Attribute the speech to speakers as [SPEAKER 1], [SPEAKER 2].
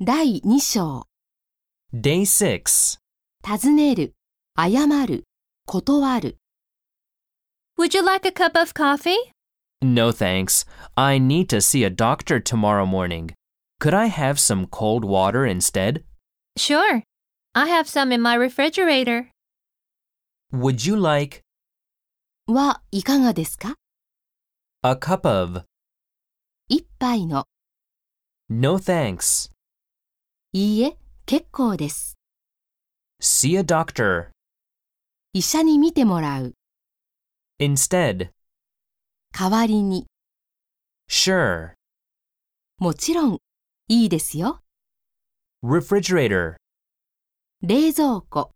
[SPEAKER 1] 第2章、
[SPEAKER 2] Day 6.
[SPEAKER 1] 尋ねる、謝る、断る。
[SPEAKER 3] Would you like a cup of coffee?
[SPEAKER 2] No thanks. I need to see a doctor tomorrow morning. Could I have some cold water instead?
[SPEAKER 3] Sure. I have some in my refrigerator.
[SPEAKER 2] Would you like
[SPEAKER 1] はいかがですか
[SPEAKER 2] a cup of?
[SPEAKER 1] 一杯の、
[SPEAKER 2] No thanks.
[SPEAKER 1] いいえ、結構です。
[SPEAKER 2] See a doctor
[SPEAKER 1] 医者に診てもらう、
[SPEAKER 2] instead.
[SPEAKER 1] 代わりに、
[SPEAKER 2] Sure.
[SPEAKER 1] もちろん、いいですよ。
[SPEAKER 2] Refrigerator.
[SPEAKER 1] 冷蔵庫、